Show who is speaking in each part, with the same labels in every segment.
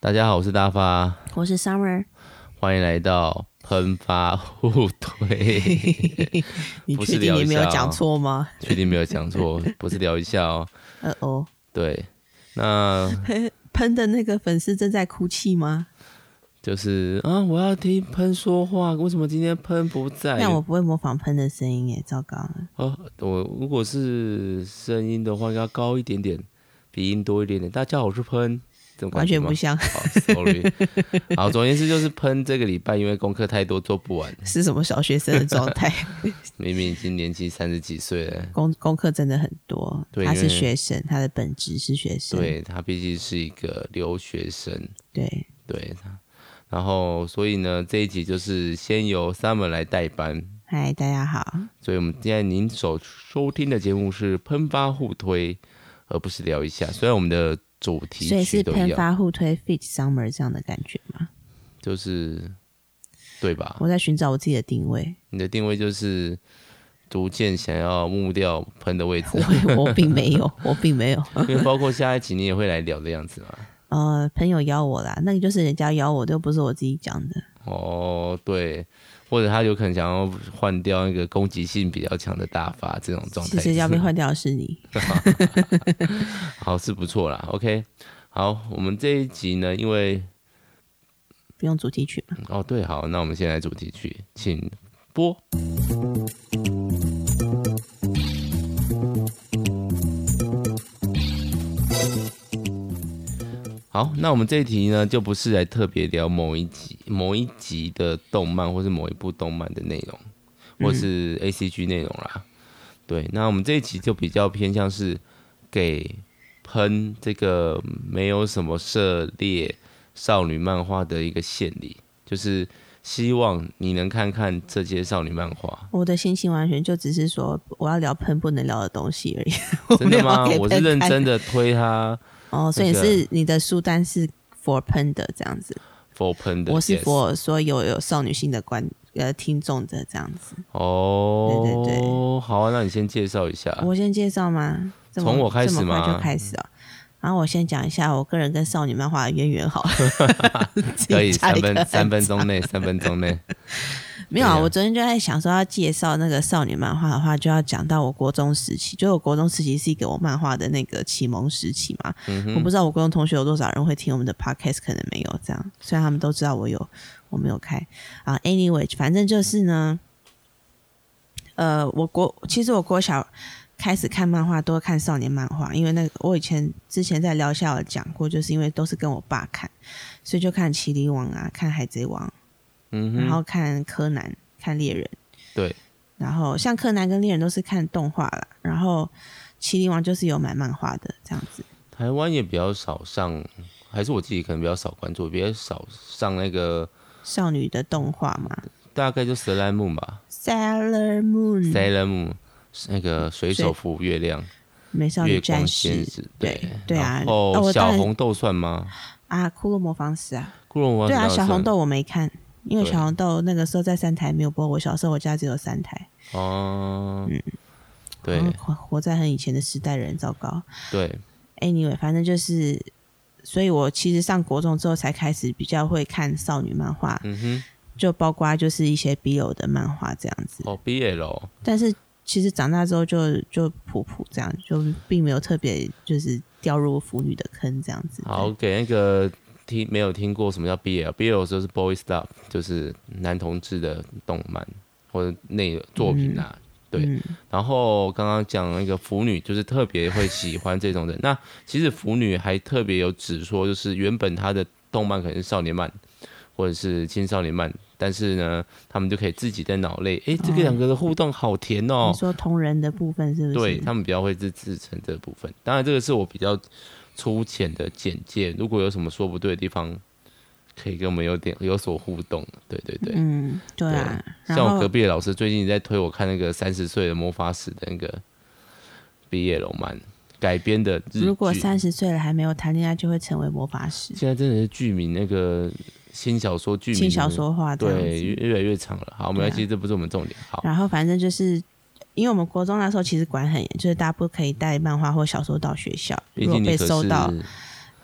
Speaker 1: 大家好，我是大发，
Speaker 2: 我是 Summer，
Speaker 1: 欢迎来到喷发互 推。
Speaker 2: 你
Speaker 1: 不是
Speaker 2: 确定
Speaker 1: 聊
Speaker 2: 你
Speaker 1: 一
Speaker 2: 没有
Speaker 1: 下哦
Speaker 2: 讲错吗？
Speaker 1: 确定没有讲错，不是聊一下哦。
Speaker 2: 呃哦，
Speaker 1: 对，那
Speaker 2: 喷的那个粉丝正在哭泣吗？
Speaker 1: 就是啊，我要听喷说话，为什么今天喷不在？
Speaker 2: 但我不会模仿喷的声音耶，糟糕了。
Speaker 1: 哦，我如果是声音的话，应该要高一点点，鼻音多一点点。大家好，我是喷，这种
Speaker 2: 完
Speaker 1: 感觉
Speaker 2: 全
Speaker 1: 吗
Speaker 2: 不像
Speaker 1: 好，sorry。好，总而言之就是喷这个礼拜，因为功课太多做不完，
Speaker 2: 是什么小学生的状 态，
Speaker 1: 明明已经年纪三十几岁了。
Speaker 2: 功功课真的很多。
Speaker 1: 对
Speaker 2: 他
Speaker 1: 因
Speaker 2: 是
Speaker 1: 为
Speaker 2: 学生，他的本质是学生。
Speaker 1: 对他毕竟是一个留学生，
Speaker 2: 对
Speaker 1: 对他，然后所以呢这一集就是先由 Summer 来代班，
Speaker 2: 嗨，大家好，
Speaker 1: 所以我们现在您所收听的节目是喷发互推，而不是聊一下。虽然我们的主题
Speaker 2: 所以
Speaker 1: 曲
Speaker 2: 是
Speaker 1: 都一
Speaker 2: 喷
Speaker 1: 样，
Speaker 2: 发互推 fit summer 这样的感觉吗？
Speaker 1: 就是对吧？
Speaker 2: 我在寻找我自己的定位，
Speaker 1: 你的定位就是逐渐想要木掉喷的位置，啊
Speaker 2: 我我并没有，我并没有。
Speaker 1: 因为包括下一集你也会来聊的样子嘛。
Speaker 2: 呃，朋友邀我啦，那个就是人家邀我的，又不是我自己讲的。
Speaker 1: 哦，对，或者他有可能想要换掉那个攻击性比较强的大发这种状
Speaker 2: 其
Speaker 1: 态，
Speaker 2: 实要被换掉的是你。
Speaker 1: 好是不错啦。OK，好，我们这一集呢，因为
Speaker 2: 不用主题曲嘛。
Speaker 1: 哦对，好，那我们先来主题曲，请播。好，那我们这一题呢，就不是来特别聊某一集、某一集的动漫，或是某一部动漫的内容，或是 A C G 内容啦。对，那我们这一集就比较偏向是给喷这个没有什么涉猎少女漫画的一个献礼，就是希望你能看看这些少女漫画。
Speaker 2: 我的心情完全就只是说我要聊喷不能聊的东西而 已。
Speaker 1: 真的吗
Speaker 2: 我没有给？
Speaker 1: 我是认真
Speaker 2: 喷
Speaker 1: 的推他
Speaker 2: 看哦，所以
Speaker 1: 那个
Speaker 2: 是你的书单是 for 喷的这样子，
Speaker 1: for 喷的，
Speaker 2: 我是
Speaker 1: yes
Speaker 2: for 说有有少女心的观呃听众的这样子。
Speaker 1: 哦，
Speaker 2: 对对对
Speaker 1: 好啊，那你先介绍一下。
Speaker 2: 我先介绍吗？这么
Speaker 1: 从我开始吗
Speaker 2: 这么快就开始啊。然后我先讲一下我个人跟少女漫画的渊源好了，
Speaker 1: 可以
Speaker 2: 自己加
Speaker 1: 三
Speaker 2: 一个
Speaker 1: 分三分钟内，三分钟内，
Speaker 2: 没有啊，
Speaker 1: 对啊
Speaker 2: 我昨天就在想说要介绍那个少女漫画的话，就要讲到我国中时期，就我国中时期是一个我漫画的那个启蒙时期嘛。
Speaker 1: 嗯
Speaker 2: 我不知道我国中同学有多少人会听我们的 podcast，可能没有这样。虽然他们都知道我有，我没有开啊。Anyway，反正就是呢，呃，我国其实我国小开始看漫画，多看少年漫画，因为那个我以前之前在聊下有讲过，就是因为都是跟我爸看，所以就看《麒麟王》啊，看《海贼王》。
Speaker 1: 嗯
Speaker 2: 然
Speaker 1: 哼，
Speaker 2: 后看柯南、看猎人，
Speaker 1: 对。
Speaker 2: 然后像柯南跟猎人都是看动画啦，然后麒麟王就是有买漫画的这样子。
Speaker 1: 台湾也比较少上，还是我自己可能比较少关注，比较少上那个
Speaker 2: 少女的动画嘛
Speaker 1: 大概就 Sailor Moon 吧、
Speaker 2: ，Sailor Moon，
Speaker 1: Sailor Moon 是那个水手服月亮、
Speaker 2: 美少
Speaker 1: 月
Speaker 2: 女
Speaker 1: 光
Speaker 2: 战
Speaker 1: 仙
Speaker 2: 士
Speaker 1: 子，对
Speaker 2: 对对啊
Speaker 1: 然
Speaker 2: 哦
Speaker 1: 后
Speaker 2: 我当
Speaker 1: 小
Speaker 2: 然
Speaker 1: 红豆算吗？
Speaker 2: 啊，骷髅魔方使啊，
Speaker 1: 骷髅王
Speaker 2: 对
Speaker 1: 子当
Speaker 2: 啊，
Speaker 1: 然
Speaker 2: 小红
Speaker 1: 算
Speaker 2: 豆我没看，因为
Speaker 1: 对
Speaker 2: 小红豆那个时候在三台没有播，我小时候我家只有三台，
Speaker 1: 哦，对
Speaker 2: 然后活活在很以前的时代人，糟糕。
Speaker 1: 对，
Speaker 2: anyway，反正就是，所以我其实上国中之后才开始比较会看少女漫画，
Speaker 1: 嗯哼，
Speaker 2: 就包括就是一些 BL 的漫画这样子。
Speaker 1: 哦，BL
Speaker 2: 但是其实长大之后就就普普这样，就并没有特别就是掉入腐女的坑这样子。
Speaker 1: 好，给那个听没有听过什么叫 BL，BL 就是 Boys Love，就是男同志的动漫或者那个作品啊。对，
Speaker 2: 嗯
Speaker 1: 然后刚刚讲那个腐女，就是特别会喜欢这种人。那其实腐女还特别有指说，就是原本她的动漫可能是少年漫或者是青少年漫，但是呢，他们就可以自己在脑内，诶，这个两个的互动好甜哦
Speaker 2: 你说同人的部分是不是？
Speaker 1: 对他们比较会自自成这部分。当然，这个是我比较粗浅的简介，如果有什么说不对的地方，可以跟我们有点有所互动。对对对，
Speaker 2: 嗯，对啊。然
Speaker 1: 像我隔
Speaker 2: 后
Speaker 1: 壁的老师最近在推我看那个三十岁的魔法史的那个毕业龙漫改编的日剧，
Speaker 2: 如果三十岁了还没有谈恋爱，就会成为魔法师。
Speaker 1: 现在真的是剧名那个新小说剧名
Speaker 2: 轻小。说化这样
Speaker 1: 对，
Speaker 2: 子。啊
Speaker 1: 越越来越长了。好，没关系，这不是我们重点。好，
Speaker 2: 然后反正就是，因为我们国中那时候其实管很严，就是大家不可以带漫画或小说到学校，
Speaker 1: 毕
Speaker 2: 如果
Speaker 1: 竟你
Speaker 2: 被
Speaker 1: 可
Speaker 2: 收到
Speaker 1: 是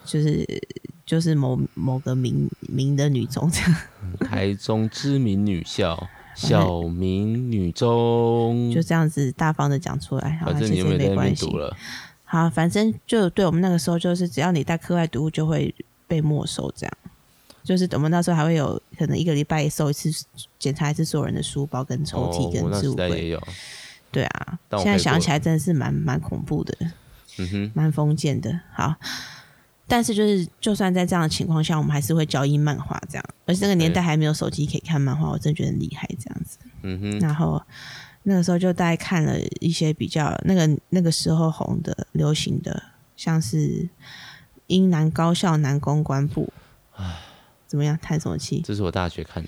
Speaker 2: 就是就是某某个名名的女中这样，
Speaker 1: 台中知名女校小明女中
Speaker 2: 哎就，这样子大方的讲出来，好，
Speaker 1: 反正
Speaker 2: 其
Speaker 1: 你有
Speaker 2: 实
Speaker 1: 没有在
Speaker 2: 没
Speaker 1: 那
Speaker 2: 关
Speaker 1: 边
Speaker 2: 系
Speaker 1: 读。了？
Speaker 2: 好，反正就对我们那个时候，就是只要你带课外读物就会被没收，这样。就是我们那时候还会有可能一个礼拜收一次检查一次所有人的书包、跟抽屉、
Speaker 1: 哦、我
Speaker 2: 跟
Speaker 1: 那
Speaker 2: 置
Speaker 1: 时
Speaker 2: 物
Speaker 1: 代
Speaker 2: 柜
Speaker 1: 也。有，
Speaker 2: 对啊，
Speaker 1: 但我
Speaker 2: 现在
Speaker 1: 被
Speaker 2: 想
Speaker 1: 过
Speaker 2: 起来真的是蛮蛮恐怖的，
Speaker 1: 嗯哼，
Speaker 2: 蛮封建的。好，但是就是就算在这样的情况下，我们还是会交易漫画这样，而且那个年代还没有手机可以看漫画，我真的觉得很厉害这样子。
Speaker 1: 嗯哼，
Speaker 2: 然后那个时候就大概看了一些比较那个那个时候红的、流行的，像是英南高校男公关部，怎么样？叹什么气？
Speaker 1: 这是我大学看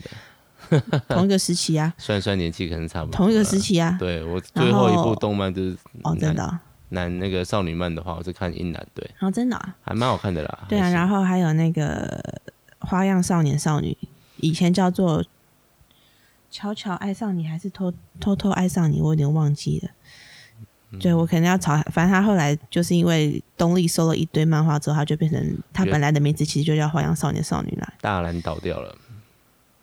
Speaker 1: 的，
Speaker 2: 同一个时期啊，
Speaker 1: 虽然虽然年纪可能差不多，
Speaker 2: 同一个时，期啊。
Speaker 1: 对嗯我最后一
Speaker 2: 然
Speaker 1: 部
Speaker 2: 后
Speaker 1: 动漫就是
Speaker 2: 哦，真的哦、
Speaker 1: 男那个少女漫的话，我是看英男，对，
Speaker 2: 然后真的啊、
Speaker 1: 还蛮好看的啦。
Speaker 2: 对啊。然
Speaker 1: 后
Speaker 2: 后还有那个花样少年少女，以前叫做。悄悄爱上你还是偷偷偷爱上你，我有点忘记了。
Speaker 1: 嗯
Speaker 2: 对我可能要查，反正他后来就是因为东立收了一堆漫画之后，他就变成他本来的名字其实就叫《花样少年少女》啦。
Speaker 1: 大蓝倒掉了，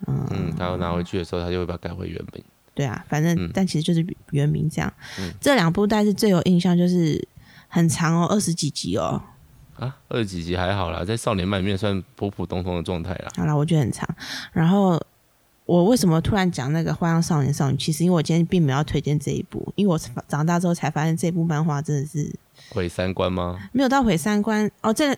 Speaker 2: 嗯，
Speaker 1: 嗯，他拿回去的时候，他就会把它改回原本。
Speaker 2: 对啊，反正、
Speaker 1: 嗯
Speaker 2: 但其实就是原名这样。这两部带是最有印象，就是很长哦，二十几集哦。
Speaker 1: 啊，二十几集还好啦，在少年漫里面算普普通通的状态啦。
Speaker 2: 好啦，我觉得很长。然后我为什么突然讲那个《花样少年少女》？其实因为我今天并没有要推荐这一部，因为我长大之后才发现这部漫画真的是
Speaker 1: 毁三观吗？
Speaker 2: 没有到毁三观哦。这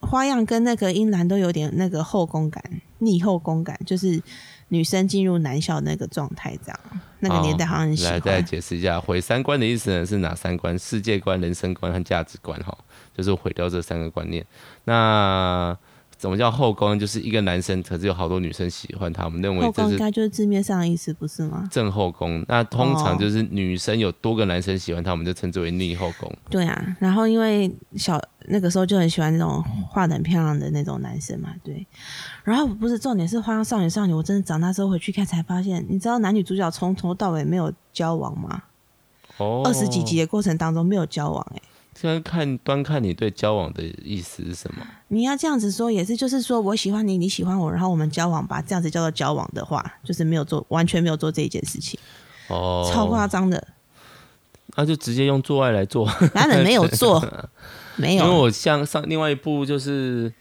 Speaker 2: 花样跟那个英兰都有点那个后宫感、逆后宫感，就是女生进入男校那个状态，这样那个年代好像很喜
Speaker 1: 哦来
Speaker 2: 欢。
Speaker 1: 再解释一下，毁三观的意思呢是哪三观？世界观、人生观和价值观哈，就是毁掉这三个观念。那怎么叫后宫？就是一个男生，可是有好多女生喜欢他，我们认为
Speaker 2: 后
Speaker 1: 这
Speaker 2: 宫应
Speaker 1: 是
Speaker 2: 该就是字面上的意思，不是吗？
Speaker 1: 正后宫。那通
Speaker 2: 哦
Speaker 1: 常就是女生有多个男生喜欢他，我们就称之为逆后宫。
Speaker 2: 对啊，然后因为小那个时候就很喜欢那种画的很漂亮的那种男生嘛，对。然后不是重点是《花样少年少女》，我真的长大之后回去看才发现，你知道男女主角从头到尾没有交往吗？
Speaker 1: 哦，
Speaker 2: 二十、几集，的过程当中没有交往、欸，
Speaker 1: 这个看端看你对交往的意思是什么。
Speaker 2: 你要这样子说也是，就是说我喜欢你，你喜欢我，然后我们交往吧，这样子叫做交往的话，就是没有做，完全没有做这一件事情，
Speaker 1: 哦，
Speaker 2: 超夸张的，
Speaker 1: 那就直接用做爱来做。
Speaker 2: 男人没有 做，没
Speaker 1: 因为
Speaker 2: 有
Speaker 1: 我像上另外一部就是，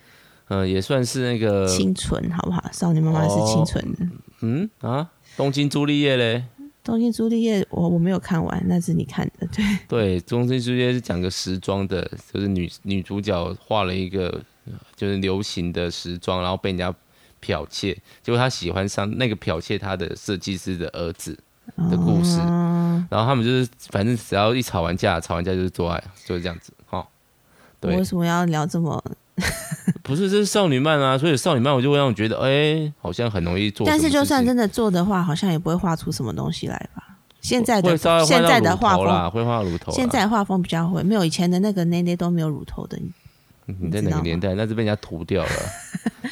Speaker 1: 呃，也算是那个，
Speaker 2: 清纯，好不好？少女妈妈是清纯的。
Speaker 1: 嗯啊，《东京朱丽叶》嘞，
Speaker 2: 东京朱丽叶，我我没有看完，那是你看的，对，
Speaker 1: 对，《东京朱丽叶》是讲个时装的，就是女女主角画了一个呃就是流行的时装，然后被人家剽窃，结果她喜欢上那个剽窃她的设计师的儿子的故事，
Speaker 2: 嗯，
Speaker 1: 然后他们就是反正只要一吵完架，吵完架就是做爱，就是这样子哦。
Speaker 2: 我
Speaker 1: 对
Speaker 2: 为，什么要聊这么？
Speaker 1: 不是这是少女漫啊，所以少女漫我就会让我觉得，哎、好像很容易做什么
Speaker 2: 但
Speaker 1: 事
Speaker 2: 是
Speaker 1: 情。
Speaker 2: 就算真的做的话，好像也不会画出什么东西来吧？现在
Speaker 1: 会
Speaker 2: 的
Speaker 1: 稍微
Speaker 2: 现在的画
Speaker 1: 画
Speaker 2: 风，
Speaker 1: 啦，会画到乳头啦。
Speaker 2: 现在的画风比较会，没有以前的那个内内都没有乳头的，
Speaker 1: 你在哪个年代？那是被人家涂 掉了，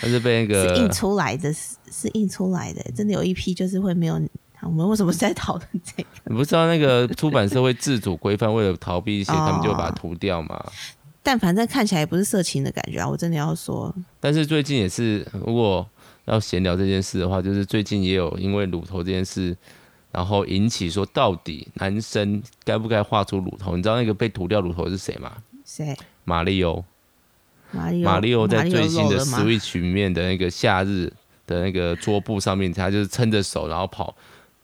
Speaker 1: 那是被那
Speaker 2: 是印
Speaker 1: 个
Speaker 2: 出来的，是是印出来的，真的有一批就是会没有。好我们为什么在讨论 这个？
Speaker 1: 你不知道那个出版社会自主规范，为了逃避一些，
Speaker 2: 哦
Speaker 1: 他们就把它涂掉嘛。
Speaker 2: 但反正看起来也不是色情的感觉啊！我真的要说，
Speaker 1: 但是最近也是，如果要闲聊这件事的话，就是最近也有因为乳头这件事，然后引起说到底男生该不该画出乳头？你知道那个被涂掉乳头是谁吗？
Speaker 2: 谁？
Speaker 1: 马里欧，
Speaker 2: 马里
Speaker 1: 马里
Speaker 2: 奥
Speaker 1: 奥在最新的
Speaker 2: 肉了吗
Speaker 1: Switch 里面的那个夏日的那个桌布上面，他就是撑着手然后跑，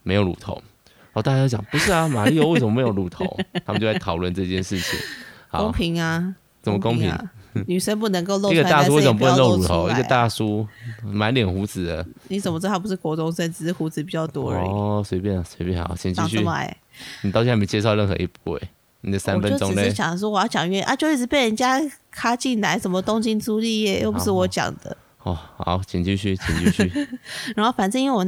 Speaker 1: 没有乳头。然后大家就讲不是啊，马里奥为什么没有乳头？ 他们就在讨论这件事情。
Speaker 2: 公
Speaker 1: 好，
Speaker 2: 平啊，
Speaker 1: 怎么公平？
Speaker 2: 啊？女生不能够露 出
Speaker 1: 一
Speaker 2: 来，
Speaker 1: 个大叔为什么不能露
Speaker 2: 露
Speaker 1: 乳
Speaker 2: 出
Speaker 1: 头？
Speaker 2: 来
Speaker 1: 一
Speaker 2: 啊
Speaker 1: 个大叔满脸胡子的，
Speaker 2: 你怎么知道他不是国中生，只是胡子比较多而已？
Speaker 1: 哦，随便啊，随便好，先继
Speaker 2: 长这
Speaker 1: 续
Speaker 2: 么。矮，
Speaker 1: 你到现在没介绍任何一部哎，你的三
Speaker 2: 我
Speaker 1: 分
Speaker 2: 就
Speaker 1: 钟
Speaker 2: 只
Speaker 1: 嘞
Speaker 2: 是，想说我要讲音乐啊，就一直被人家卡进来，什么东京朱丽叶又不是我讲的。
Speaker 1: 哦，好，请继续，请继 续。
Speaker 2: 然后反正因为我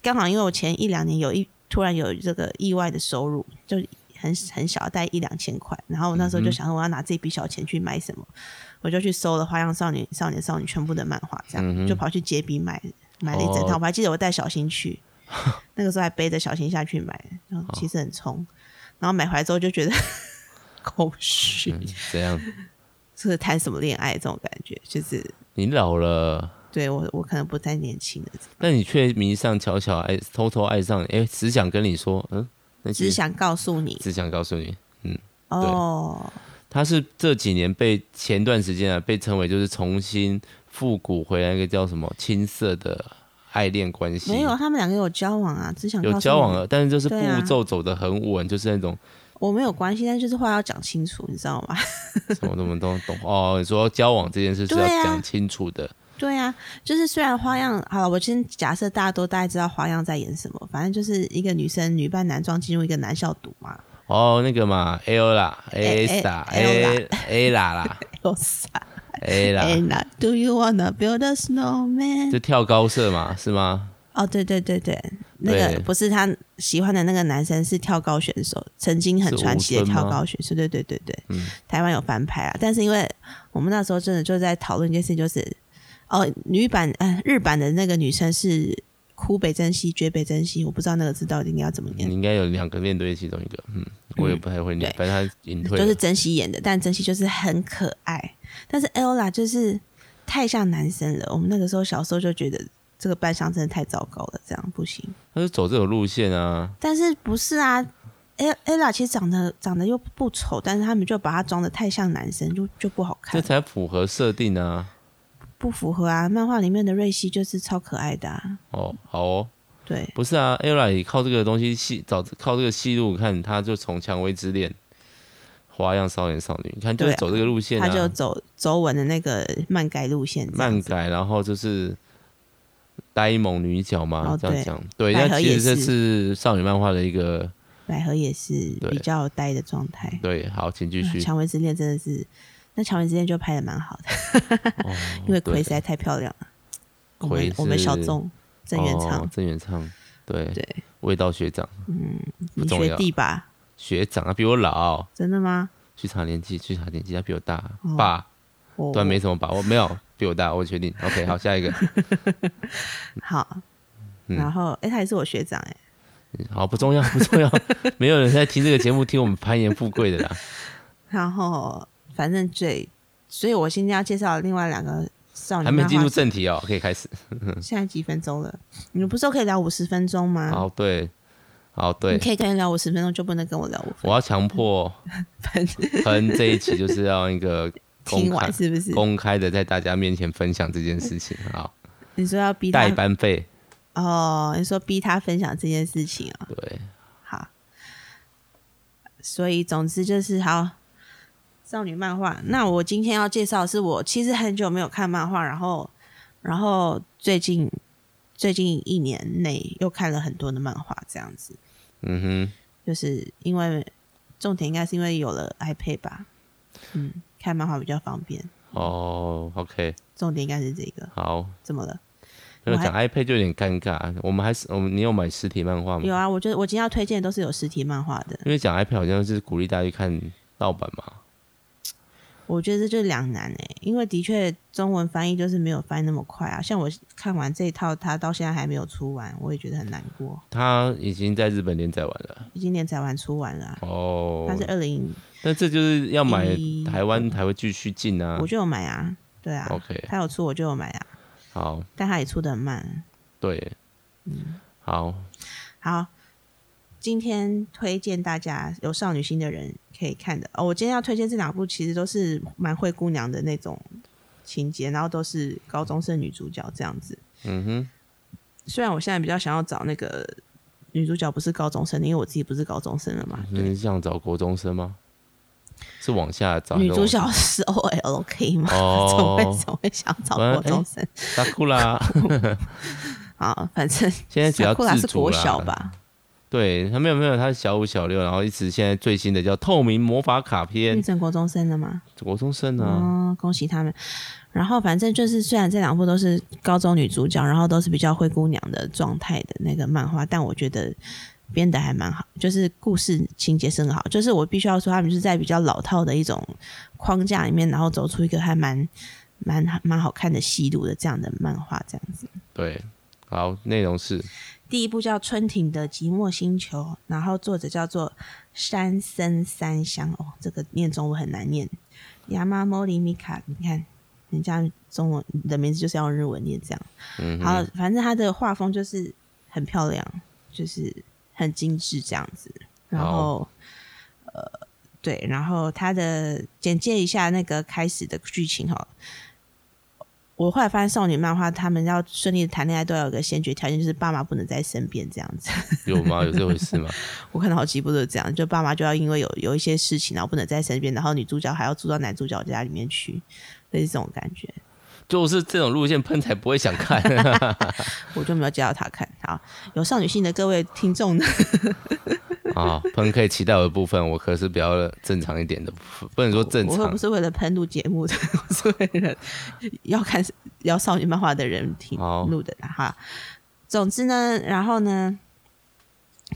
Speaker 2: 刚好因为我前一两年有一突然有这个意外的收入，就很很小，大概一两千块。然后我那时候
Speaker 1: 嗯
Speaker 2: 就想说我要拿这笔小钱去买什么，我就去搜了《花样少女少年少女》全部的漫画，这样、就跑去街比买买了一整套。
Speaker 1: 嗯哦
Speaker 2: 我还记得我带小新 去，那个时候还背着小新下去买，然
Speaker 1: 哦
Speaker 2: 后其实很冲。然后买回来之后就觉得 空虚，
Speaker 1: 怎样？
Speaker 2: 这是谈什么恋爱这种感觉，就是
Speaker 1: 你老了，
Speaker 2: 对我我可能不再年轻了，
Speaker 1: 但你却迷上巧巧爱，偷偷爱上，哎，只想跟你说，嗯，那其
Speaker 2: 只
Speaker 1: 实
Speaker 2: 是想告诉你
Speaker 1: 只想告诉你，
Speaker 2: 哦，
Speaker 1: 他是这几年被前段时间啊被称为就是重新复古回来一个叫什么青涩的爱恋关系，
Speaker 2: 没有，他们两个有交往啊，只想告诉
Speaker 1: 有
Speaker 2: 你
Speaker 1: 交往了，，但是就是
Speaker 2: 对啊
Speaker 1: 步骤走得很稳，就是那种
Speaker 2: 我没有关系，但就是话要讲清楚，你知道吗？
Speaker 1: 什么什么都懂哦。你说交往这件事是
Speaker 2: 对
Speaker 1: 要
Speaker 2: 啊
Speaker 1: 讲清楚的，
Speaker 2: 对啊，就是虽然花样好了，我先假设大家都大概知道花样在演什么，反正就是一个女生女扮男装进入一个男校读嘛，
Speaker 1: 哦，那个嘛，L 啦，A S 啦
Speaker 2: 哎哎
Speaker 1: ，A A 啦 啦
Speaker 2: 有啥
Speaker 1: ，A 啦，
Speaker 2: ？And I- do you wanna build a snowman？
Speaker 1: 就跳高射嘛，是吗？
Speaker 2: 哦，对对对对，那个
Speaker 1: 对
Speaker 2: 不是他喜欢的那个男生是跳高选手，曾经很传奇的
Speaker 1: 是吴尊吗嗯
Speaker 2: 跳高选手，对对对对，台湾有翻拍啊，但是因为我们那时候真的就在讨论一件事，就是哦，女版呃日版的那个女生是哭北真希、绝北真希，我不知道那个字到底应该要怎么念
Speaker 1: 你，应该有两个面对其中一个，嗯，我也不太会念，反正他隐退
Speaker 2: 就
Speaker 1: 了
Speaker 2: 是珍惜演的，但珍惜就是很可爱，但是 ella 就是太像男生了。我们那个时候小时候就觉得这个扮相真的太糟糕了，这样不行。
Speaker 1: 他是走这种路线啊，
Speaker 2: 但是不是啊？ella ella 其实长得长得又不丑，但是他们就把她装的太像男生，就就不好
Speaker 1: 这
Speaker 2: 看，
Speaker 1: 才符合设定啊。
Speaker 2: 不符合啊。漫画里面的瑞希就是超可爱的、啊，
Speaker 1: 哦，好哦，
Speaker 2: 对，
Speaker 1: 不是啊，ella 也靠这个东西戏，找靠这个戏路，看他就从《蔷薇之恋》《花样少年少女》，你看就是
Speaker 2: 对啊
Speaker 1: 走这个路线
Speaker 2: 她就
Speaker 1: 啊，
Speaker 2: 走走稳的那个漫改路线，
Speaker 1: 漫改，然后就是呆萌女角嘛，
Speaker 2: 哦
Speaker 1: 这样
Speaker 2: 对
Speaker 1: 讲，对，
Speaker 2: 百合
Speaker 1: 那其实
Speaker 2: 也
Speaker 1: 这
Speaker 2: 是
Speaker 1: 是少女漫画的一个
Speaker 2: 百合也是
Speaker 1: 对
Speaker 2: 比较呆的状态。啊
Speaker 1: 对，好，请继续。
Speaker 2: 蔷薇之恋真的是，那蔷薇之恋就拍的蛮好的。
Speaker 1: 哦
Speaker 2: 因为
Speaker 1: 对
Speaker 2: 葵实在太漂亮了。我
Speaker 1: 葵
Speaker 2: 们
Speaker 1: 是
Speaker 2: 我们小众郑元畅，
Speaker 1: 哦郑元畅，对
Speaker 2: 对，
Speaker 1: 味道学长，
Speaker 2: 你
Speaker 1: 重要
Speaker 2: 学弟吧？
Speaker 1: 学长啊，比我老，
Speaker 2: 真的吗？
Speaker 1: 去查年纪，去查年纪，他比我大，
Speaker 2: 哦
Speaker 1: 爸，
Speaker 2: 我
Speaker 1: 对，啊没什么把 握，没有比我大，我确定。OK，好，下一个，
Speaker 2: 好。
Speaker 1: 嗯
Speaker 2: 然后，哎、他也是我学长哎、
Speaker 1: 好，不重要， 不重要，没有人在听这个节目，听我们攀岩富贵的 啦。
Speaker 2: 然后，反正最，所以我现在要介绍另外两个少女
Speaker 1: 还没
Speaker 2: 漫
Speaker 1: 进
Speaker 2: 画
Speaker 1: 入正题哦，可以开始。
Speaker 2: 现在几分钟了？你们不是都可以聊五十分钟吗？
Speaker 1: 好，对，好，
Speaker 2: 嗯你
Speaker 1: 哦对，
Speaker 2: 可以跟人聊五十分钟，就不能跟我聊五分
Speaker 1: 我要强 迫
Speaker 2: 分钟，
Speaker 1: 喷这一期，就是要一个公
Speaker 2: 听
Speaker 1: 开
Speaker 2: 完是不是？
Speaker 1: 公开的在大家面前分享这件事情啊，
Speaker 2: 你说要逼
Speaker 1: 代
Speaker 2: 他
Speaker 1: 班费，
Speaker 2: 哦，你说逼他分享这件事情啊、
Speaker 1: 对，
Speaker 2: 好，所以总之就是好少女漫画。那我今天要介绍的是我其实很久没有看漫画，然后然后最近最近一年内又看了很多的漫画，这样子，
Speaker 1: 嗯
Speaker 2: 就是因为重点应该是因为有了 iPad 吧，嗯，看漫画比较方便。
Speaker 1: 哼，哦，OK，
Speaker 2: 重点应该是这个，
Speaker 1: 好，
Speaker 2: 怎么了？
Speaker 1: 那
Speaker 2: 我还
Speaker 1: 讲 iPad 就有点尴尬，我们还是我们你有买实体漫画吗？
Speaker 2: 有啊，我觉得我今天要推荐的都是有实体漫画的，
Speaker 1: 因为讲 iPad 好像是鼓励大家去看盗版嘛，
Speaker 2: 我觉得这就是两难哎、因为的确中文翻译就是没有翻译那么快啊。像我看完这一套，它到现在还没有出完，我也觉得很难过。
Speaker 1: 它已经在日本连载完了
Speaker 2: 已经连载完出完了啊、
Speaker 1: 哦。
Speaker 2: 它是二零，
Speaker 1: 那这就是要买
Speaker 2: 一嗯
Speaker 1: 台湾才会继续进啊
Speaker 2: 我。就有买啊，对啊
Speaker 1: OK，
Speaker 2: 它有出我就有买啊，
Speaker 1: 好，
Speaker 2: 但它也出的很慢。啊
Speaker 1: 对，
Speaker 2: 嗯
Speaker 1: 好，
Speaker 2: 好，今天推荐大家有少女心的人可以看的哦。我今天要推荐这两部，其实都是蛮灰姑娘的那种情节，然后都是高中生女主角这样子。
Speaker 1: 嗯哼，
Speaker 2: 虽然我现在比较想要找那个女主角不是高中生的，因为我自己不是高中生了嘛。
Speaker 1: 那嗯你想找国中生吗？是往下找
Speaker 2: 女主角是 OL 可以吗？ 怎么会
Speaker 1: 哦，
Speaker 2: 怎么会想找国中生？
Speaker 1: 萨库拉，
Speaker 2: 啊，反正
Speaker 1: 现在只 要
Speaker 2: 库拉
Speaker 1: 自
Speaker 2: 是
Speaker 1: 主
Speaker 2: 国小
Speaker 1: 啦。
Speaker 2: 吧？
Speaker 1: 对他没有没有，他是小五小六，然后一直现在最新的叫《透明魔法卡片
Speaker 2: 变》，成国中生了吗？
Speaker 1: 国中生啊，
Speaker 2: 哦，恭喜他们。然后反正就是，虽然这两部都是高中女主角，然后都是比较灰姑娘的状态的那个漫画，但我觉得编的还蛮好，就是故事情节是很好。就是我必须要说，他们是在比较老套的一种框架里面，然后走出一个还蛮蛮蛮好看的戏路的这样的漫画，这样子。
Speaker 1: 对，好，内容是
Speaker 2: 第一部叫《春庭的寂寞星球》，然后作者叫做山森三香哦，这个念中文很难念。Yamamori Mika，你看人家中文你的名字就是要用日文念这样。
Speaker 1: 嗯哼，
Speaker 2: 好，反正他的画风就是很漂亮，就是很精致这样子。然后，呃，对，然后他的简介一下那个开始的剧情哈。我后来发现少女漫画他们要顺利的谈恋爱都要有个先决条件，就是爸妈不能在身边这样子。
Speaker 1: 有吗？有这回事吗？
Speaker 2: 我看到好几部都是这样，就爸妈就要因为有有一些事情，然后不能在身边，然后女主角还要住到男主角家里面去，类似这种感觉。
Speaker 1: 就是这种路线喷才不会想 看。
Speaker 2: 我就没有介绍他看。好，有少女心的各位听众呢，
Speaker 1: 啊，喷可以期待我的部分，我可是比较正常一点的部分，不能说正
Speaker 2: 我又
Speaker 1: 常
Speaker 2: 不。是为了喷录节目的， 我是为了要看要少女漫画的人听
Speaker 1: 好
Speaker 2: 录的啦哈。总之呢，然后呢，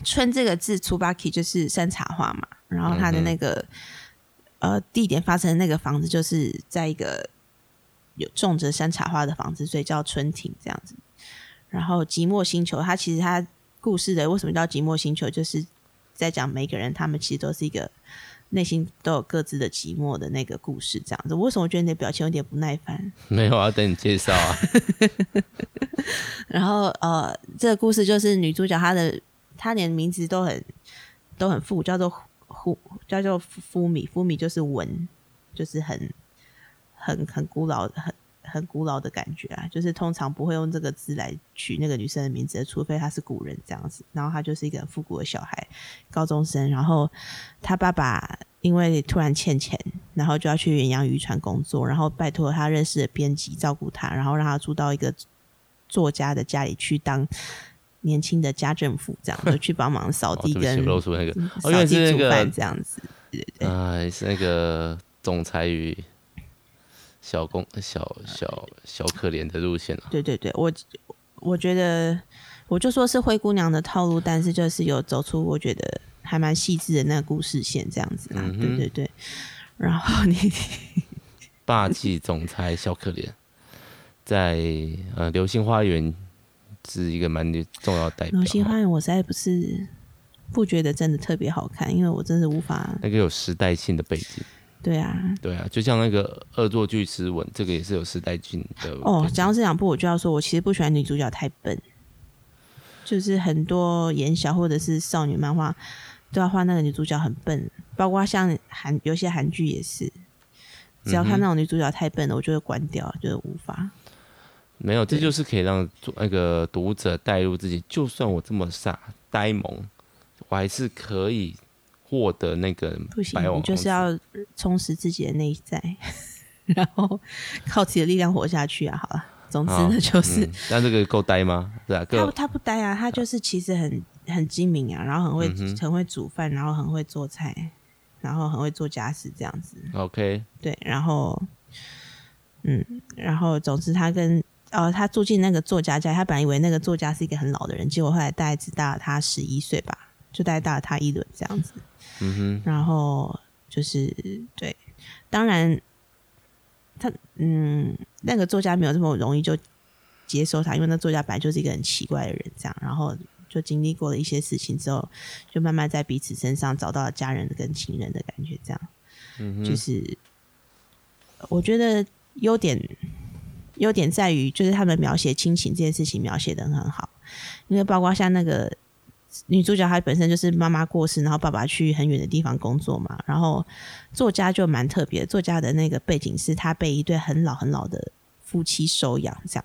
Speaker 2: 春这个字 Tsubaki 就是山茶花嘛，然后它的那个、呃地点发生的那个房子就是在一个有种着山茶花的房子，所以叫春庭这样子。然后寂寞星球，它其实它故事的为什么叫寂寞星球，就是在讲每个人他们其实都是一个内心都有各自的寂寞的那个故事，这样子。为什么我觉得你的表情有点不耐烦？
Speaker 1: 没有啊，等你介绍啊。
Speaker 2: 然后呃，这个故事就是女主角她的她连名字都很都很富，叫做呼叫做夫米，夫米就是文，就是很很很古老很。很古老的感觉啊，就是通常不会用这个字来取那个女生的名字，除非她是古人这样子。然后她就是一个很复古的小孩，高中生。然后她爸爸因为突然欠钱，然后就要去远洋渔船工作，然后拜托他认识的编辑照顾他，然后让他住到一个作家的家里去当年轻的家政妇，这样就去帮忙扫
Speaker 1: 哦，对
Speaker 2: 地
Speaker 1: 不起，
Speaker 2: 跟
Speaker 1: 我露出那个，哦，原
Speaker 2: 嗯扫
Speaker 1: 来是
Speaker 2: 地
Speaker 1: 那
Speaker 2: 煮
Speaker 1: 个
Speaker 2: 饭，这样子。对对对，
Speaker 1: 哎，是那个总裁与小公小小小可怜的路线啊。
Speaker 2: 对对对，我我觉得我就说是灰姑娘的套路，但是就是有走出我觉得还蛮细致的那个故事线这样子啦。
Speaker 1: 嗯哼
Speaker 2: 对对对，然后你
Speaker 1: 霸气总裁小可怜，在呃《流星花园》是一个蛮重要的代表啊
Speaker 2: 流。星花园我实在不是不觉得真的特别好看，因为我真的无法
Speaker 1: 那个有时代性的背景，
Speaker 2: 对啊。
Speaker 1: 对啊，就像那个《恶作剧之吻》，这个也是有时代性的
Speaker 2: 哦
Speaker 1: 背，景
Speaker 2: 讲到这两部，我就要说，我其实不喜欢女主角太笨，就是很多言小或者是少女漫画都要画那个女主角很笨，包括像韩有些韩剧也是，只
Speaker 1: 嗯
Speaker 2: 要看那种女主角太笨了，我就会关掉，就是无法。
Speaker 1: 没有，这
Speaker 2: 对
Speaker 1: 就是可以让作那个读者带入自己。就算我这么傻呆萌，我还是可以获得那个
Speaker 2: 不行
Speaker 1: 白，网
Speaker 2: 你就
Speaker 1: 红
Speaker 2: 是要充实自己的内在， 然后靠自己的力量活下去啊！好了，总之
Speaker 1: 好
Speaker 2: 呢，就是、
Speaker 1: 嗯那这个够呆吗？对啊，
Speaker 2: 他
Speaker 1: 够
Speaker 2: 他不呆啊，他就是其实很很精明啊，然后很会、很会煮饭，然后很会做菜，然后很会做家事这样子。
Speaker 1: OK。
Speaker 2: 对，然后嗯，然后总之他跟呃他住进那个作家家，他本来以为那个作家是一个很老的人，结果后来大概只大了他十一岁吧，就大概大了他一轮这样子。
Speaker 1: 嗯
Speaker 2: 然后就是对，当然他嗯，那个作家没有这么容易就接受他，因为那作家本来就是一个很奇怪的人，这样，然后就经历过了一些事情之后，就慢慢在彼此身上找到了家人跟情人的感觉，这样，嗯、就是我觉得优点。优点在于，就是他们描写亲情这件事情描写的很好，因为包括像那个女主角她本身就是妈妈过世，然后爸爸去很远的地方工作嘛。然后作家就蛮特别，作家的那个背景是他被一对很老很老的夫妻收养这样，